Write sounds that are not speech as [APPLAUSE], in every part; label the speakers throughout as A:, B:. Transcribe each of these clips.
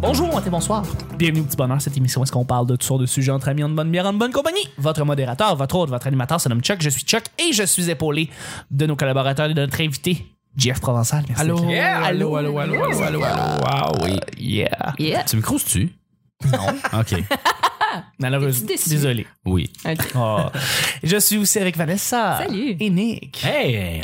A: Bon matin, bonsoir. Bienvenue au petit bonheur, cette émission où est-ce qu'on parle de toutes sortes de sujets entre amis, en bonne bière, en bonne compagnie. Votre modérateur, votre hôte, votre animateur se nomme Chuck, je suis Chuck et je suis épaulé de nos collaborateurs et de notre invité, Jeff Provençal. Merci.
B: Allô,
A: Yeah,
B: allô, allô, allô, allô, alllo, Ah oui.
A: Yeah.
C: Yeah.
B: Tu me croses-tu? Non. OK.
A: Malheureusement.
C: T'es-tu déçu?
A: Désolé.
B: Oui.
C: Ok.
A: Oh. je suis aussi avec Vanessa.
C: Salut.
A: Et Nick.
B: Hey!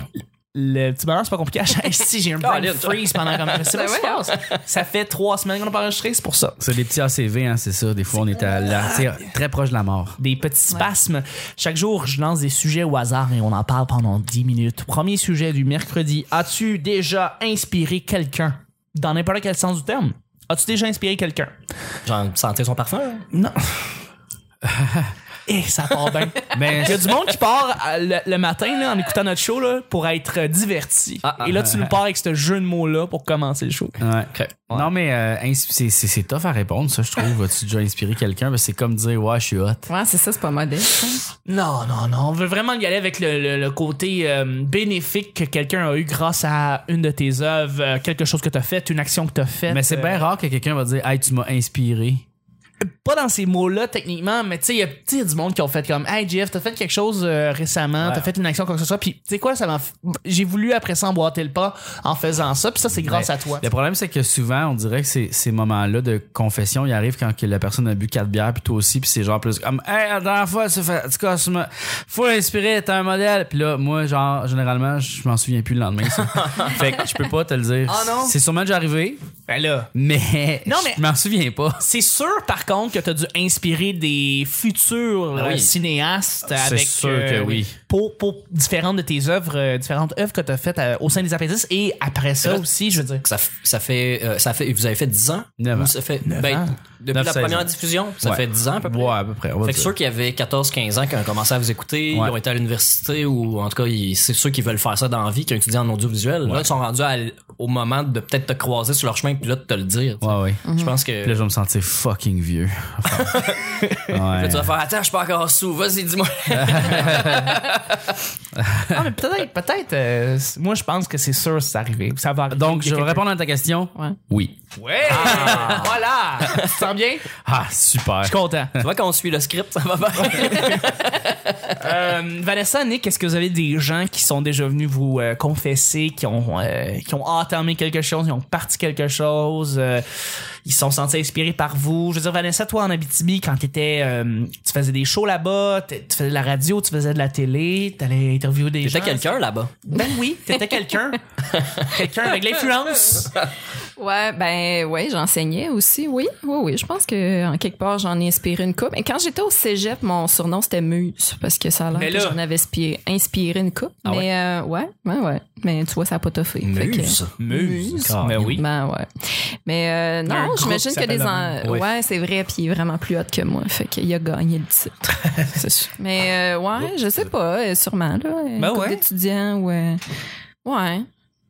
A: Le petit bonheur, c'est pas compliqué. Ah,
B: [LAUGHS]
A: si, j'ai un brain
B: Colin.
A: freeze pendant comme je sais pas
C: Ben
A: ce qui se passe. Ça fait trois semaines qu'on n'a pas enregistré, c'est pour ça.
B: C'est des petits ACV, hein, c'est ça. Des fois, on est à la, c'est très proche de la mort.
A: des petits spasmes. Chaque jour, je lance des sujets au hasard et on en parle pendant 10 minutes. Premier sujet du mercredi. As-tu déjà inspiré quelqu'un? Dans n'importe quel sens du terme. As-tu déjà inspiré quelqu'un?
D: Genre, sentir son parfum.
A: Non. [LAUGHS] Et ça part
D: [LAUGHS]
A: bien.
B: Mais
A: Il y a du monde qui part euh, le, le matin là, en écoutant notre show là, pour être euh, diverti.
D: Ah,
A: et là, tu nous pars avec ce jeu de mots-là pour commencer le show.
B: Ouais. Non, mais euh, ins- c'est- c'est c'est tough à répondre, ça, je trouve. As-tu déjà inspiré quelqu'un? Parce que C'est comme dire, ouais, je suis hot.
C: Ouais, c'est ça, c'est pas modeste. hein.
A: Non, non, non. On veut vraiment y aller avec le, le- le côté euh, bénéfique que quelqu'un a eu grâce à une de tes œuvres, euh, quelque chose que t'as fait, une action que t'as faite.
B: Mais c'est
A: Euh,
B: bien rare que quelqu'un va dire, hey, tu m'as inspiré.
A: Pas dans ces mots-là, techniquement, mais tu sais, il y a tu sais, du monde qui ont fait comme Hey Jeff, t'as fait quelque chose euh, récemment, t'as
B: Ouais.
A: fait une action, quoi que ce soit. Puis, tu sais quoi, ça m'a. f- J'ai voulu après ça emboîter le pas en faisant ça, puis ça, c'est grâce
B: Mais
A: à toi.
B: Ben, Le problème, c'est que souvent, on dirait que ces, ces moments-là de confession, ils arrivent quand que la personne a bu quatre bières, puis toi aussi, puis c'est genre plus comme, hey, la dernière fois, tu fais, en tout cas, tu me- faut l'inspirer, t'es un modèle. Puis là, moi, genre, généralement, je m'en souviens plus le lendemain,
A: [LAUGHS]
B: ça. fait que je peux pas te le dire.
A: Ah non?
B: C'est sûrement déjà arrivé,
A: Ben là.
B: mais,
A: Non, mais-
B: je m'en souviens pas.
A: C'est sûr, par contre, que t'as dû inspirer des futurs
B: Ah oui.
A: euh, cinéastes
B: C'est
A: avec euh,
B: sûr que oui.
A: pour, pour différentes de tes œuvres, euh, différentes œuvres que t'as faites euh, au sein des appendices et après ça
D: Là,
A: aussi, je veux dire.
D: Ça, f- ça fait, euh, ça fait. Vous avez fait 10 ans?
B: Neuf ans.
D: Ou Ça fait,
A: Neuf
D: ben,
A: ans.
D: Depuis
B: Neuf,
D: la
B: seize
D: première
B: ans.
D: diffusion, ça
B: Ouais.
D: fait 10 ans à peu près.
B: Ouais, à peu près. on va
D: Fait que
B: dire.
D: sûr qu'il y avait 14-15 ans qui ont commencé à vous écouter,
B: Ouais.
D: ils ont été à l'université ou en tout cas, ils- c'est ceux qui veulent faire ça dans la vie, qui ont étudié en audiovisuel. Là, ils sont rendus à l- au moment de peut-être te croiser sur leur chemin puis là de te le dire. tu sais.
B: Ouais, ouais.
D: Je pense
B: Puis là,
D: que.
B: je vais me sentir fucking vieux. Enfin,
D: Là,
B: ouais.
D: tu vas faire Attends, je suis pas encore sous,
B: [LAUGHS]
D: vas-y, dis-moi.
A: Ah, mais peut-être, peut-être. euh, c- moi, je pense que c'est sûr, c'est arrivé. Ça va arriver.
B: Donc,
A: Il y
B: je
A: a
B: vais
A: quelqu'un-
B: répondre à ta question.
C: Ouais.
B: Oui.
A: Ouais!
B: [LAUGHS]
A: Voilà! tu te sens bien? Je
B: Ah, super.
A: suis content.
D: tu vois qu'on suit le script, ça va bien.
A: Euh, Vanessa, Nick, est-ce que vous avez des gens qui sont déjà venus vous euh, confesser, qui ont, euh, qui ont entamé quelque chose, qui ont parti quelque chose, euh, ils se sont sentis inspirés par vous? Je veux dire, Vanessa, toi, en Abitibi, quand t'étais, euh, tu faisais des shows là-bas, t'es- tu faisais de la radio, tu faisais de la télé, t'allais interviewer des gens.
D: J'étais quelqu'un là-bas.
A: Ben oui, t'étais quelqu'un. quelqu'un avec l'influence.
C: Ouais, ben ouais, j'enseignais aussi, oui. Oui, oui, je pense que en quelque part, j'en ai inspiré une coupe. Mais quand j'étais au cégep, mon surnom, c'était Muse, parce que ça a
A: Mais
C: l'air que
A: là-
C: j'en avais spi- inspiré une coupe.
B: Ah
C: mais
B: ouais?
C: euh, ouais, ouais, ouais. Mais tu vois, ça a pas toffé. Fait que-
D: Muse.
C: Muse.
A: Ben oui.
C: Ben ouais. Mais euh,
A: Il y a un
C: non,
A: groupe
C: j'imagine
A: qui
C: que des.
A: s'appelle
C: en-
B: le même.
C: Ouais,
B: Ouais.
C: c'est vrai, puis il est vraiment plus hot que moi. Fait qu'il a gagné le titre.
A: [LAUGHS]
C: Mais euh, ouais, je sais pas, euh, sûrement, là. Une
A: Ben
C: couple
A: ouais.
C: d'étudiants ou. euh, Ouais.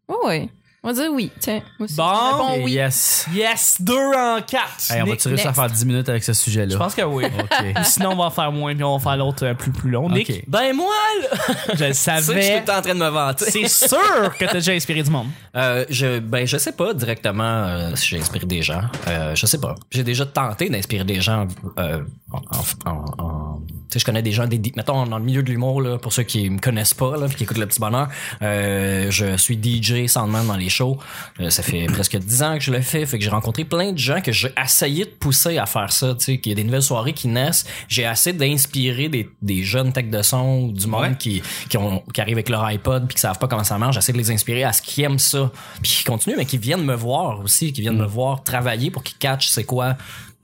C: Ouais, ouais. On va dire Oh oui. Tiens, moi aussi.
A: Bon.
C: je réponds oui.
B: Yes.
A: Yes, deux en quatre.
B: Hey, on va
A: Nick,
B: tirer réussir à
C: next.
B: faire 10 minutes avec ce
A: je
B: sujet-là?
A: pense que oui.
B: OK.
A: [LAUGHS] Sinon, on va en faire moins, puis on va faire l'autre euh, plus, plus long. Nick,
B: Ok.
A: ben moi, là, je le
D: Tu sais que je suis tout
A: savais.
D: le temps en train de me [LAUGHS] vanter.
A: C'est sûr que t'as déjà inspiré du monde.
D: Euh, je ben je sais pas directement euh, si j'ai inspiré des gens. Euh, je sais pas. J'ai déjà tenté d'inspirer des gens. euh, en, en- en- en- tu sais, je connais des gens des mettons dans le milieu de l'humour là. Pour ceux qui me connaissent pas là, puis qui écoutent le petit bonheur, euh, je suis DJ soundman dans les shows. Euh, ça fait presque dix ans que je le fais, fait que j'ai rencontré plein de gens que j'ai essayé de pousser à faire ça. Tu sais, qu'il y a des nouvelles soirées qui naissent. J'ai essayé d'inspirer des, des jeunes techs de son du monde
A: Ouais.
D: qui, qui, ont, qui arrivent avec leur iPod puis qui savent pas comment ça marche, j'essaie de les inspirer à ce qu'ils aiment ça, puis qui continuent, mais qui viennent me voir aussi, qui viennent me voir travailler pour qu'ils catchent c'est quoi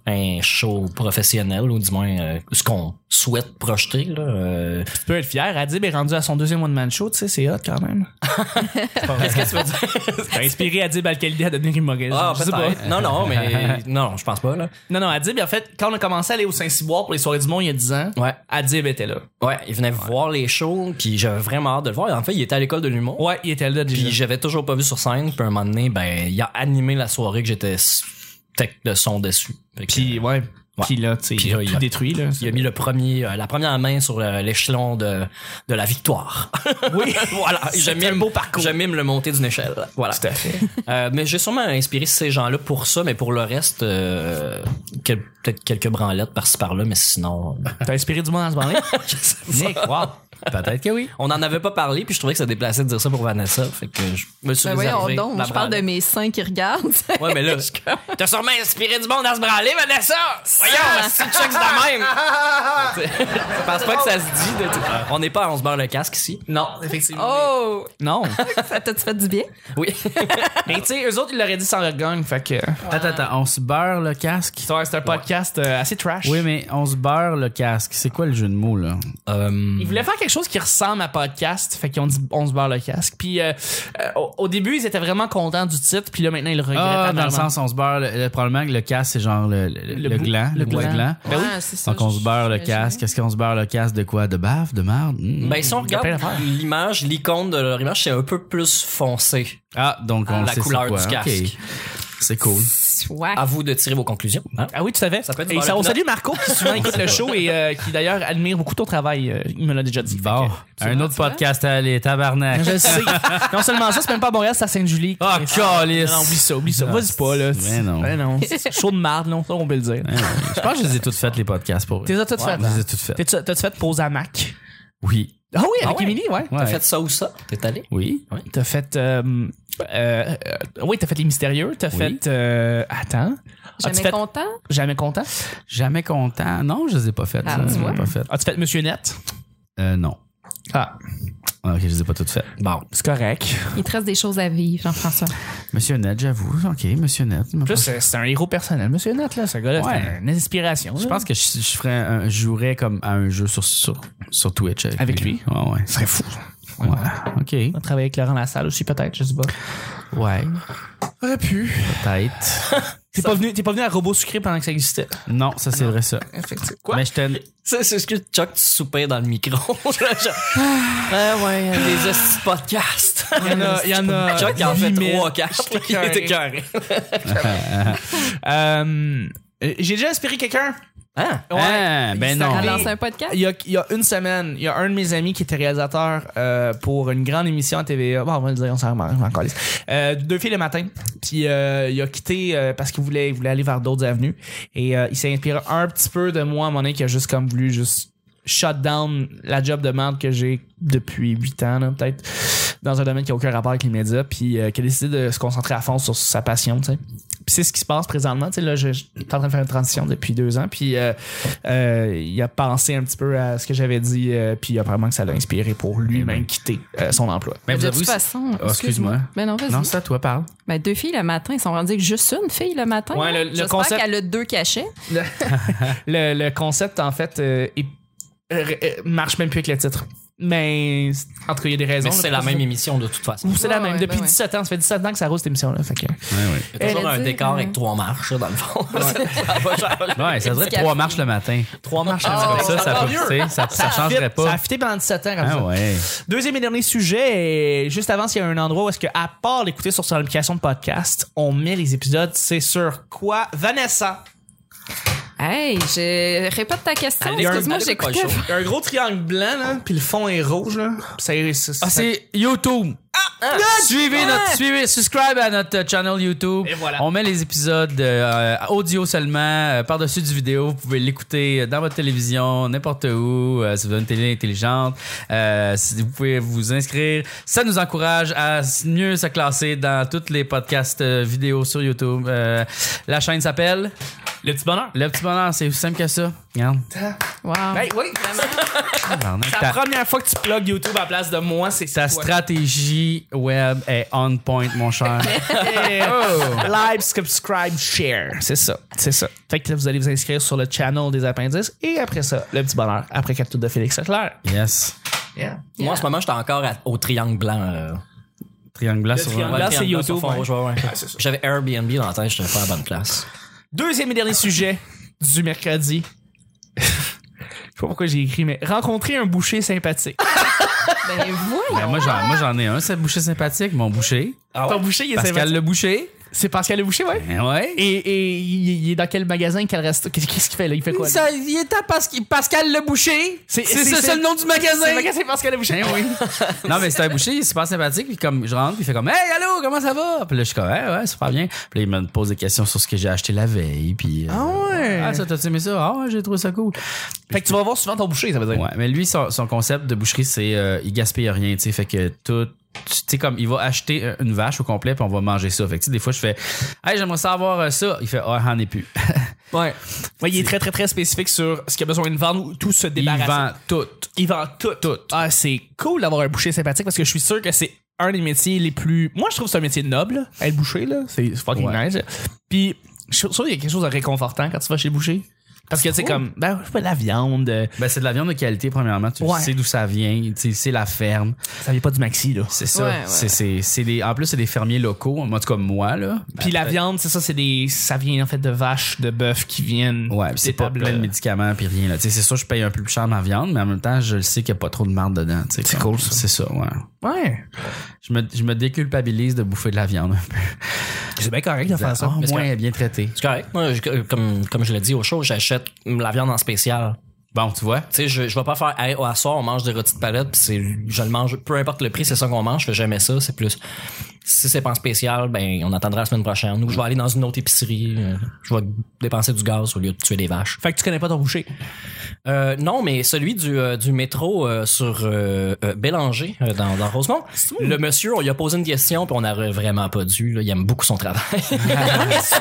D: un show professionnel ou du moins euh, ce qu'on souhaite projeter. Là, euh.
A: Tu peux être fier. Adib est rendu à son deuxième one-man show, tu sais, c'est hot quand
D: [LAUGHS]
A: même. Qu'est-ce que tu veux dire? T'as inspiré Adib Al-Khalidi à devenir humoriste.
D: Ah,
A: Je sais pas.
D: Non, non, [LAUGHS] mais non, je pense pas. Là.
A: Non, non, Adib, en fait, quand on a commencé à aller au Saint-Cyboire pour les soirées du monde il y a 10 ans,
D: Ouais.
A: Adib était là.
D: Ouais, il venait voir les shows, puis j'avais vraiment hâte de le voir. En fait, il était à l'école de l'humour.
A: Ouais, il était là déjà.
D: Puis j'avais toujours pas vu sur scène. Puis un moment donné, ben, il a animé la soirée que j'étais tech de son dessus. Fait que-
A: Puis, ouais. Puis là, tu sais,
D: Puis
A: il a
D: là, il
A: tout
D: a-
A: détruit, là.
D: Il a mis le premier, euh, la première main sur euh, l'échelon de, de la victoire.
A: [LAUGHS] Oui.
D: [LAUGHS] voilà,
A: C'est
D: je
A: un
D: mime,
A: beau parcours.
D: je mime le monter d'une échelle. Voilà.
A: Tout à fait.
D: Euh, mais j'ai sûrement inspiré ces gens-là pour ça, mais pour le reste, euh, quel- peut-être quelques branlettes par-ci par-là, mais sinon, euh,
A: T'as inspiré du monde à se
D: [LAUGHS]
A: branler? Nick, wow.
B: Peut-être que oui.
D: on n'en avait pas parlé, puis je trouvais que ça déplaçait de dire ça pour Vanessa, fait que je me suis
C: Ben voyons
D: réservé
C: donc,
D: la
C: je parle de
D: branlette.
C: mes seins qui [LAUGHS] regardent.
A: [LAUGHS]
D: Ouais, mais là, t'as sûrement inspiré du monde à se branler, Vanessa! Voyons, si tu checks de même! [LAUGHS] Je pense pas que ça se dit. de- Euh, On n'est pas, on se barre le casque ici.
A: Non, effectivement.
C: oh!
A: Non.
C: Ça t'a-tu fait du bien?
D: Oui.
A: Mais tu sais, eux autres, ils l'auraient dit sans regagne, fait que.
B: Attends, attends, on se beurre le casque.
A: Ça, C'est un podcast euh, assez trash.
B: Oui, mais on se beurre le casque. C'est quoi le jeu de mots, là?
D: Euh,
A: Ils voulaient faire quelque chose qui ressemble à podcast, fait qu'ils ont dit on se barre le casque. Puis euh, euh, au, au début, ils étaient vraiment contents du titre, puis là maintenant ils le regrettent.
B: Ah, dans le
A: amèrement.
B: sens, on se beurre. Le, le- probablement que le casque, c'est genre le, le, le
A: bout-
B: gland.
A: le
B: Le bout de
A: gland.
B: gland.
A: Ben oui.
C: c'est ça.
B: Donc, on se beurre le
C: j'imaginais.
B: casque. Est-ce qu'on se beurre le casque de quoi? De bave? De marde? Hmm.
D: Ben, si on
A: Il y a
D: regarde
A: plein d'affaires.
D: l'image, l'icône de leur image, c'est un peu plus foncé.
B: Ah, donc on le
D: Ah, la
B: sait c'est
D: couleur
B: quoi.
D: du
B: Ok.
D: casque.
B: C'est cool.
C: Ouais.
B: Ah,
D: À vous de tirer vos conclusions. hein.
A: Ah oui, tu savais.
D: Ça peut être
A: et
D: du
A: ça, on
D: Barlotte.
A: salue Marco qui souvent écoute le show et euh, qui d'ailleurs admire beaucoup ton travail. euh, il me l'a déjà dit.
B: Bon, un autre podcast à aller,
A: Fait
B: tabarnak.
A: que- Je le sais. non seulement ça, c'est même pas à Montréal, c'est à Sainte-Julie.
B: Ah,
A: Non,
B: calice.
A: Non, oublie ça, oublie ça. Vas-y pas, là.
B: Mais non.
A: Ben [LAUGHS] non. C'est chaud de marde, non, ça, on peut le dire.
B: Je pense que je les ai toutes faites, les podcasts, pour
A: T'es
B: vrai.
A: as toutes
B: Je
A: faites.
B: les ai toutes faites.
A: T'as-tu hein? t'as-tu fait pause à Mac?
B: Oui.
A: Ah oui, avec
D: ouais?
A: Émilie, ouais.
D: T'as
B: Ouais.
D: fait ça ou ça? T'es allé?
B: Oui.
A: T'as fait. euh, euh, euh, oui, t'as fait Les Mystérieux. T'as
B: Oui.
A: fait. euh, attends.
B: ah,
C: Jamais
A: As-tu fait
C: content?
A: Jamais content.
B: Jamais content. Non, je les ai pas faites.
C: Ah,
B: ça.
C: tu
B: Je les ai
C: vois.
B: pas faites.
A: As-tu fait Monsieur Net?
B: Euh, non.
A: Ah,
B: Ah, Ok, je les ai pas toutes faites.
D: Bon.
A: c'est correct.
C: Il te reste des choses à vivre, Jean-François.
B: Monsieur Net, j'avoue. Ok, Monsieur Net.
A: En plus, c'est c'est un héros personnel. Monsieur Net, là, ce gars-là,
B: Ouais.
A: c'est une inspiration.
B: Je
A: là.
B: pense que je, je ferais un, je jouerais comme à un jeu sur, sur, sur Twitch. Avec,
A: Avec lui.
B: Ouais, ouais.
A: Ce serait fou.
B: Ouais.
A: On
B: Ok.
A: va travailler avec Laurent Lassalle aussi, peut-être, je sais pas.
B: Ouais.
A: Aurait pu.
B: Peut-être.
A: [LAUGHS] T'es pas, venu- t'es pas venu à Robot Sucré pendant que ça existait.
B: non, ça c'est vrai ça.
A: Quoi? [LAUGHS]
B: Mais j'étais.
D: C'est c'est ce que Chuck, tu soupais dans le micro. [LAUGHS] ouais, ouais. Les hosties de podcasts.
A: Ah. Il y en a. Il y en a
D: [LAUGHS] Chuck, il en fait
A: 8000.
D: 3 4. Il
A: carré.
D: était carré.
A: Euh, euh, J'ai déjà inspiré quelqu'un.
D: Hein?
A: Ouais.
B: Ah, ben non.
C: Ça
A: Mais-
C: lance un podcast?
A: Il y, a, il y a une semaine, il y a un de mes amis qui était réalisateur euh, pour une grande émission à TVA. Bon, on va le dire, on s'en remarque, je m'en calisse. Euh, deux filles le matin. Puis euh, il a quitté euh, parce qu'il voulait, il voulait aller vers d'autres avenues. Et euh, il s'est inspiré un petit peu de moi, à mon avis, qui a juste comme voulu juste shut down la job de merde que j'ai depuis huit ans, là, peut-être, dans un domaine qui n'a aucun rapport avec les médias. Puis euh, qui a décidé de se concentrer à fond sur sa passion, tu sais. Puis c'est ce qui se passe présentement. Tu sais, là, je, je suis en train de faire une transition depuis deux ans. Puis euh, euh, il a pensé un petit peu à ce que j'avais dit. euh, puis apparemment que ça l'a inspiré
B: Eh
A: pour
B: ben.
A: lui-même quitter euh, son emploi.
B: Mais ben, vous
C: de
B: avouez-
C: toute façon,
B: Ah, excuse-moi.
C: Mais non, vas-y.
B: Non, c'est à toi, parle.
C: Ben, deux filles le matin, ils sont rendus avec juste une fille le matin.
A: Ouais,
C: là.
A: le- le
C: J'espère
A: concept-
C: qu'elle a deux cachets.
A: Le, le concept, en fait, euh, est- euh, euh, marche même plus avec le titre. Mais c'est- en tout cas, il y a des raisons.
D: Mais c'est
A: là,
D: la
A: pour-
D: même émission de toute façon.
A: Ou c'est la
C: Ouais,
A: même.
C: ouais,
A: Depuis
C: ben ouais.
A: 17 ans, ça fait 17 ans que ça roule cette émission-là. Fait que...
B: Ouais, ouais.
D: Il y a toujours
C: Elle a
D: un
C: dit,
D: décor
C: euh,
D: avec trois marches, dans le fond. [LAUGHS]
B: Ouais, ça serait
C: Petit
B: trois
C: café.
B: marches le matin.
A: Trois marches
B: C'est Comme ça, ça, peut- tu sais, ça, ça changerait
A: Ça
B: pas.
A: a fité pendant 17 ans comme ça.
B: Ah ouais.
A: Deuxième et dernier sujet, et juste avant, s'il y a un endroit où est-ce que, à part l'écouter sur son application de podcast, on met les épisodes, c'est sur quoi? Vanessa!
C: Hey, je répète ta
A: Ah,
C: question.
D: Allez,
C: Excuse-moi,
D: allez, pas
C: j'écoutais.
D: chaud.
A: Il y a un gros triangle blanc, là, puis le fond est rouge, là. C'est, c'est-
B: Ah,
A: c'est- Ah,
B: c'est YouTube. Ah, Suivez notre, suivez, subscribe à notre euh, channel YouTube.
A: Et voilà.
B: On met les épisodes euh, euh, audio seulement, euh, par-dessus du vidéo. Vous pouvez l'écouter euh, dans votre télévision, n'importe où, euh, si vous avez une télé intelligente. Euh, si vous pouvez vous inscrire. Ça nous encourage à s- mieux se classer dans tous les podcasts euh, vidéo sur YouTube. Euh, la chaîne s'appelle
A: le petit bonheur.
B: Le Petit Bonheur. C'est aussi simple que ça. Regarde.
C: Wow.
A: Hey, oui.
B: Tabarnak.
A: C'est
B: Ta-
A: la première fois que tu plugues YouTube à la place de moi, c'est
B: Ta
A: toi.
B: stratégie web est on point, mon
A: [LAUGHS]
B: cher. Oh.
A: Live, subscribe, share. C'est ça. C'est ça. Fait que là, vous allez vous inscrire sur le channel des appendices et après ça, le petit bonheur, après quatre tours de Félix Leclerc.
B: Yes.
A: Yeah.
D: Moi, en ce moment, j'étais encore à- au triangle blanc. euh,
B: Triangle blanc
A: Le
B: sur
A: triangle.
D: ouais,
A: Là,
D: triangle
A: c'est
D: blanc
A: YouTube,
D: sur fond
A: ouais.
D: rouge, ouais, ouais. J'avais Airbnb dans la tête, j'étais pas à la bonne place.
A: Deuxième et dernier sujet du [LAUGHS] mercredi. Je sais pas pourquoi j'ai écrit, mais rencontrer un boucher sympathique.
C: Ben, voyons.
B: Ben, moi, j'en, moi, j'en ai un, c'est le boucher sympathique, mon boucher.
D: Ah
A: Ton boucher, il est
B: Pascal
A: sympathique.
B: le boucher.
A: C'est Pascal Le Boucher, ouais.
B: Ben Ouais.
A: Et, et il il est dans quel magasin, quel resto Qu'est-ce qu'il fait là Il fait quoi là?
B: Ça, il est à Pascal, Pascal Le Boucher.
A: C'est-
B: C'est
A: c'est-
B: ça,
A: c'est-
B: c'est le nom du magasin.
A: C'est le magasin Pascal Le Boucher.
B: Ben oui. non, mais c'est un boucher, il est super sympathique. Puis comme je rentre, puis il fait comme Hey, allô, comment ça va? Puis là, je suis comme Hey, ouais, super bien. Puis là, il me pose des questions sur ce que j'ai acheté la veille. Puis. euh,
A: ouais.
B: Ah, ça, t'as-tu aimé ça? Ah, ouais, j'ai trouvé ça cool.
A: [LAUGHS] Fait que tu vas voir souvent ton boucher, ça veut dire.
B: Ouais, mais lui, son, son concept de boucherie, c'est euh, il gaspille rien, tu sais, fait que tout. Tu sais, comme il va acheter un- une vache au complet, puis on va manger ça. Fait que, tu sais, des fois, je fais Hey, j'aimerais savoir euh, ça. Il fait Ah, j'en ai plus. [LAUGHS]
A: Ouais. il est très, très, très spécifique sur ce qu'il a besoin de vendre ou tout se
B: il
A: débarrasser.
B: vend tout.
A: Il vend tout. Ah, c'est cool d'avoir un boucher sympathique parce que je suis sûr que c'est un des métiers les plus. Moi, je trouve que c'est un métier noble, être boucher, là. C'est fucking
B: Ouais.
A: nice. Puis, je suis sûr qu'il y a quelque chose de réconfortant quand tu vas chez le boucher. Parce que, tu sais, comme, ben, je fais de la viande. euh,
B: Ben, c'est de la viande de qualité, premièrement. Tu
A: Ouais.
B: sais d'où ça vient. Tu sais, c'est la ferme.
A: Ça vient pas du maxi, là.
B: C'est ça.
C: Ouais, ouais.
B: C'est- c'est- c'est des- en plus, c'est des fermiers locaux. En tout cas, moi, là.
A: Puis la viande, c'est ça, c'est des. Ça vient en fait de vaches, de bœufs qui viennent.
B: Ben, Ouais, puis c'est pas
A: d'étables,
B: plein de
A: euh,
B: médicaments puis rien là. Tu sais, c'est sûr je paye un peu plus cher ma viande, mais en même temps, je le sais qu'il y a pas trop de marde dedans, tu sais. C'est cool ça. C'est ça, ouais.
A: Ouais.
B: Je me, je me déculpabilise de bouffer de la viande un peu.
A: C'est bien correct de faire ça.
B: Ah,
D: mais c'est
B: moins bien traité.
D: C'est correct. Moi, je- comme, comme je l'ai dit au show, j'achète la viande en spécial.
B: Bon, tu vois.
D: Tu sais, je, je vais pas faire hey, à soir, on mange des rôtis de palette, puis c'est- je le mange, peu importe le prix, c'est ça qu'on mange, je fais jamais ça, c'est plus. Si c'est pas en spécial, ben on attendra la semaine prochaine. Ou je vais aller dans une autre épicerie, euh, je vais dépenser du gaz au lieu de tuer des vaches.
A: Fait que tu connais pas ton boucher.
D: Euh, non, mais celui du, euh, du métro euh, sur euh, euh, Bélanger, euh, dans, dans Rosemont, le monsieur, on lui a posé une question, puis on n'aurait vraiment pas dû. Là, il aime beaucoup son travail. [LAUGHS]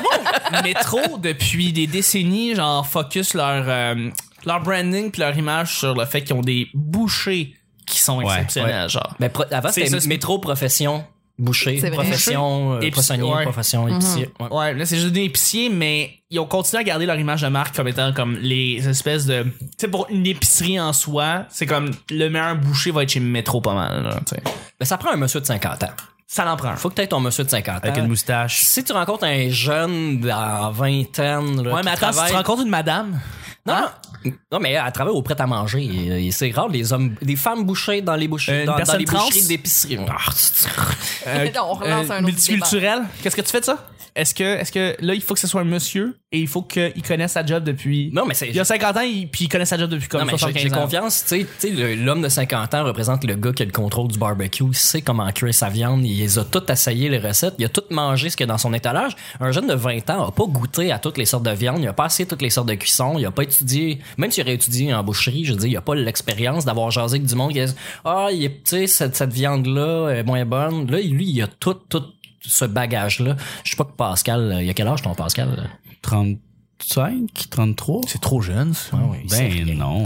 A: Métro, depuis des décennies, genre, focus leur, euh, leur branding puis leur image sur le fait qu'ils ont des bouchers qui sont
B: Ouais,
A: exceptionnels, genre.
D: Mais pro- avant,
A: C'est
D: c'était
A: ça, c'est-
D: métro, profession, boucher,
C: C'est vrai. Mhm.
D: profession, euh,
A: Épici-
D: poissonnier,
A: ouais.
D: profession, épicier. Ouais.
A: Ouais, là, c'est juste des épiciers, mais ils ont continué à garder leur image de marque comme étant comme les espèces de. Tu sais, pour une épicerie en soi, c'est comme le meilleur boucher va être chez Métro pas mal, là, tu sais.
D: Mais Ben, ça prend un monsieur de 50 ans.
A: Ça l'en prend. un.
D: Faut que tu aies ton monsieur de 50
B: Avec
D: ans.
B: une moustache.
D: Si tu rencontres un jeune dans vingtaine, là,
A: Ouais,
D: qui
A: mais attends, si
D: travaille-
A: tu rencontres Ah! une madame.
D: Non, non. non, mais elle travaille au prêt-à-manger. Et- et C'est rare, les hommes, les femmes bouchées dans les boucheries,
A: Une
D: dans, dans
A: personne
D: les
A: trans?
D: boucheries d'épicerie. Ah, tu-
C: [LAUGHS]
D: tu-
C: on relance
A: Euh,
C: un autre débat.
A: multiculturel. Qu'est-ce que tu fais de ça? Est-ce que, est-ce que là, il faut que ce soit un monsieur et il faut qu'il connaisse sa job depuis.
D: Non, mais c'est.
A: Il y a 50 ans, il- puis il connaît sa job depuis comme
D: Non, mais j'ai-
A: 75
D: j'ai
A: ans.
D: confiance, tu sais, tu sais, le- l'homme de 50 ans représente le gars qui a le contrôle du barbecue, il sait comment cuire sa viande, il les a toutes essayé les recettes, il a tout mangé ce qu'il y a dans son étalage. Un jeune de 20 ans a pas goûté à toutes les sortes de viande, il a pas essayé toutes les sortes de cuisson, il a pas étudié, même s'il aurait étudié en boucherie, je veux dire, il a pas l'expérience d'avoir jasé avec du monde qui a dit, ah, il est, tu sais, cette, cette viande-là est moins bonne. Là, lui, il a tout, tout ce bagage-là. Je sais pas que Pascal, euh, il a quel âge ton Pascal? là?
B: 35, 33.
A: C'est trop jeune, ça.
B: Ben [LAUGHS] non.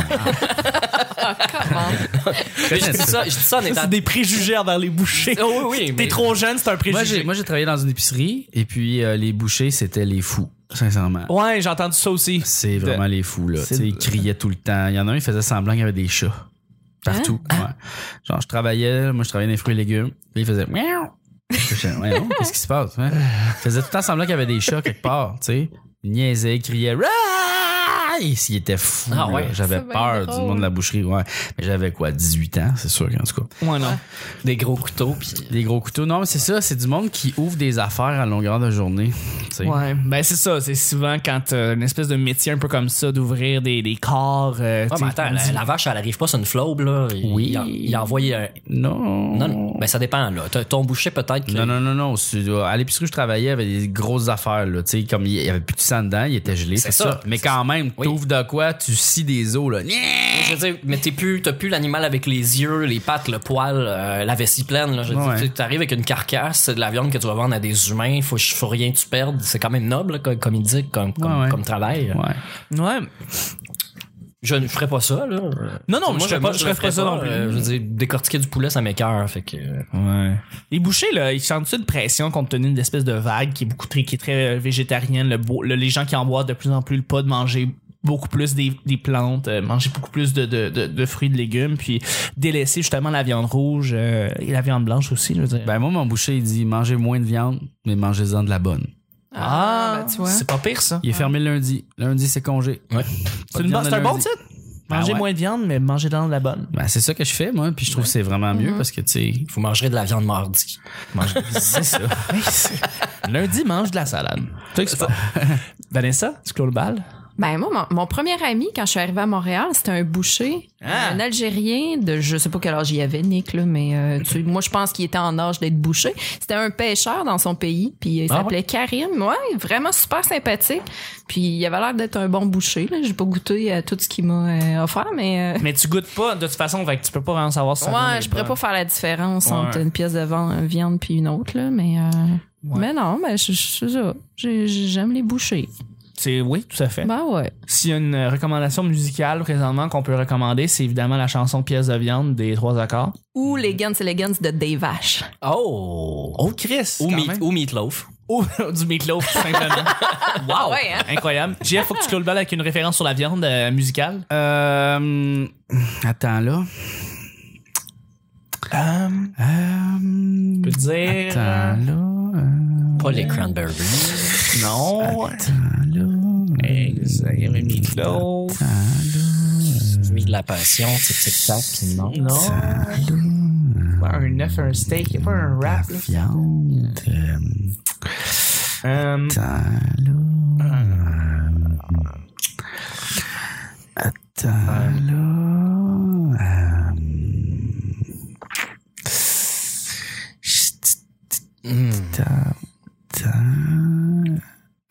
B: Ah,
D: Je dis ça, je dis ça en
A: Ça,
D: étant...
A: c'est des préjugés envers les bouchers.
D: Oh, oui,
A: [LAUGHS]
D: oui,
A: T'es
D: mais-
A: trop jeune, c'est un
B: moi, j'ai,
A: préjugé.
B: moi, j'ai travaillé dans une épicerie et puis euh, les bouchers, c'était les fous, sincèrement.
A: ouais, j'ai entendu ça aussi.
B: C'est vraiment les fous, là.
A: Oh, C'est-
B: Tu sais, ils criaient tout le temps. Il y en a un, il faisait semblant qu'il y avait des chats. Partout. Ouais. Genre, je travaillais, moi, je travaillais dans les fruits et légumes. Puis il faisait miaou. Je fais, Voyons, qu'est-ce qui se passe? hein? Il faisait tout le temps semblant qu'il y avait des chats quelque part, tu sais. Il niaisait, il criait. Raaaaaille Il était fou.
D: Ah
B: là.
D: ouais,
B: J'avais
C: c'est bien
B: peur
C: drôle.
B: du monde de la boucherie, ouais. Mais j'avais quoi, 18 ans, c'est sûr, en tout cas.
A: Ouais, non.
D: des gros couteaux, puis...
B: Des gros couteaux. Non, mais c'est ça, c'est du monde qui ouvre des affaires à longueur de journée. [LAUGHS] tu sais.
A: Ouais, ben c'est ça, c'est souvent quand euh, une espèce de métier un peu comme ça, d'ouvrir des, des corps. euh,
D: Ah,
A: tu
D: mais
A: sais,
D: attends,
A: on dit-
D: la, la vache, elle arrive pas sur une flobe, là. Il,
B: Oui.
D: Il, a, il a envoyé un.
B: Non.
D: Non, non. Ben, ça dépend, là. T'as- Ton boucher, peut-être. que-
B: Non, non, non, non. c'est- À l'épicerie où je travaillais, il y avait des grosses affaires, là. Tu sais, comme il y avait plus de sang dedans, il était gelé.
D: C'est
B: tout
D: ça.
B: Mais quand même,
D: Oui.
B: t'ouvres de quoi, tu scies des os, là.
D: Je veux dire, mais t'es plus, t'as plus l'animal avec les yeux, les pattes, le poil, euh, la vessie pleine, là. Je veux dire,
B: Ouais.
D: tu- t'arrives avec une carcasse, c'est de la viande que tu vas vendre à des humains, faut, faut rien que tu perdes. C'est quand même noble, comme, comme il dit, comme, comme,
B: Ouais, ouais.
D: comme travail.
B: Ouais.
A: Ouais.
D: Je ne ferais pas ça, là.
A: Non, non,
D: moi,
A: je ferais pas- je ferais pas ça non plus.
D: euh, je veux dire, décortiquer du poulet, ça m'écœure, fait que. euh,
A: Ouais. Les bouchers, là, ils sentent une pression compte tenu d'une espèce de vague qui est beaucoup très, qui est très euh, végétarienne. Le beau- le- les gens qui emboîtent de plus en plus le pas de manger beaucoup plus des, des plantes, euh, manger beaucoup plus de, de, de, de fruits, de légumes, puis délaisser justement la viande rouge euh, et la viande blanche aussi, je veux dire.
B: Ben, moi, mon boucher, il dit mangez moins de viande, mais mangez-en de la bonne.
C: Ah, ben, tu vois.
A: c'est pas pire ça.
B: Il est fermé le lundi. Lundi, c'est congé.
D: Ouais.
B: Pas
A: C'est
B: de
A: une bonne-
B: viande
A: c'est
B: le
A: un bon
B: lundi.
A: titre.
B: Ben
A: Mangez
B: ouais.
A: moins de viande, mais mangez dans de la bonne.
B: Ben, c'est ça que je fais, moi, puis je trouve que c'est vraiment mieux parce que, tu sais,
D: Vous mangerez de la viande mardi.
B: [LAUGHS] c'est ça.
A: Lundi, mange de la
B: [LAUGHS]
A: salade. Tu sais que c'est pas. [LAUGHS] Vanessa, tu clôt le bal?
C: Ben moi, mon, mon premier ami, quand je suis arrivée à Montréal, c'était un boucher,
A: Ah!
C: un Algérien de je sais pas quel âge il avait, Nick, là, mais euh, tu- moi je pense qu'il était en âge d'être boucher. C'était un pêcheur dans son pays, puis il
D: Ah
C: s'appelait Karim. Ouais, vraiment super sympathique. Puis il avait l'air d'être un bon boucher. Là. J'ai pas goûté à tout ce qu'il m'a euh, offert, mais euh,
A: Mais tu goûtes pas, de toute façon, fait que tu peux pas vraiment savoir si ça vient
C: ouais,
A: des
C: je pourrais
A: bonnes.
C: pas faire la différence
A: Ouais.
C: entre une pièce de vin- viande puis une autre, là, mais euh,
A: Ouais.
C: mais non, ben je- je- c'est ça. J'ai- J'aime les bouchers.
A: C'est, oui, tout à fait.
C: Ben ouais.
A: S'il y a une euh, recommandation musicale présentement qu'on peut recommander, c'est évidemment la chanson Pièce de viande des trois accords.
C: Ou les Guns et les Guns de Dave Ash.
D: Oh!
A: Oh, Chris!
D: ou,
A: quand
D: meat-
A: même.
D: ou meatloaf.
A: [LAUGHS] Ou du meatloaf, tout [LAUGHS] simplement.
C: Ah ouais,
A: é.
C: hein?
A: Incroyable. JF, faut que tu clôt le bal avec une référence sur la viande euh, musicale.
B: Euh, attends, là. Euh,
A: Je peux te dire. euh,
B: attends, là.
D: Pas les cranberries.
A: Non.
B: Attends, là.
A: Exact. Il y avait meatloaf.
D: mis de la passion, tic tic tac, puis non.
A: Non. Pas Un œuf, un steak, y a pas un wrap. là.
B: Viande. euh,
A: Euh,
B: Attends, là. Attends, là. euh, Attends. attends. Euh,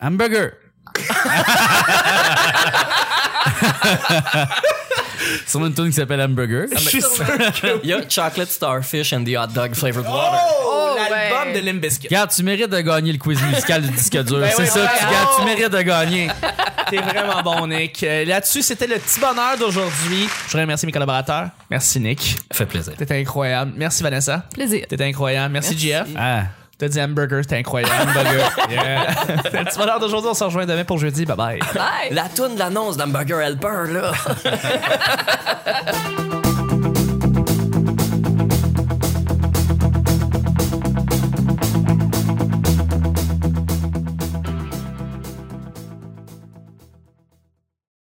B: [LAUGHS] Hamburger. C'est une tune qui s'appelle Hamburger.
A: je suis sûr que.
D: Il y a chocolate starfish and the hot dog flavored water.
A: Oh,
C: l'album ouais. de
A: Limp Bizkit.
B: Regarde, tu mérites de gagner le quiz musical du disque dur.
A: Ben
B: C'est
A: oui,
B: ça,
A: bravo.
B: tu, regardes, tu mérites de gagner.
A: T'es vraiment bon, Nick. Euh, Là-dessus, c'était le petit bonheur d'aujourd'hui. Je voudrais remercier mes collaborateurs. Merci, Nick.
D: Fait plaisir.
A: T'étais incroyable. Merci, Vanessa.
C: Plaisir.
A: T'étais incroyable. Merci, JF.
B: Ah.
A: T'as dit hamburger, c'était incroyable. Hamburger. Yeah. [LAUGHS] C'était le petit bonheur d'aujourd'hui. On se rejoint demain pour jeudi. Bye bye.
C: Bye!
D: La toune de l'annonce d'Hamburger Helper, là.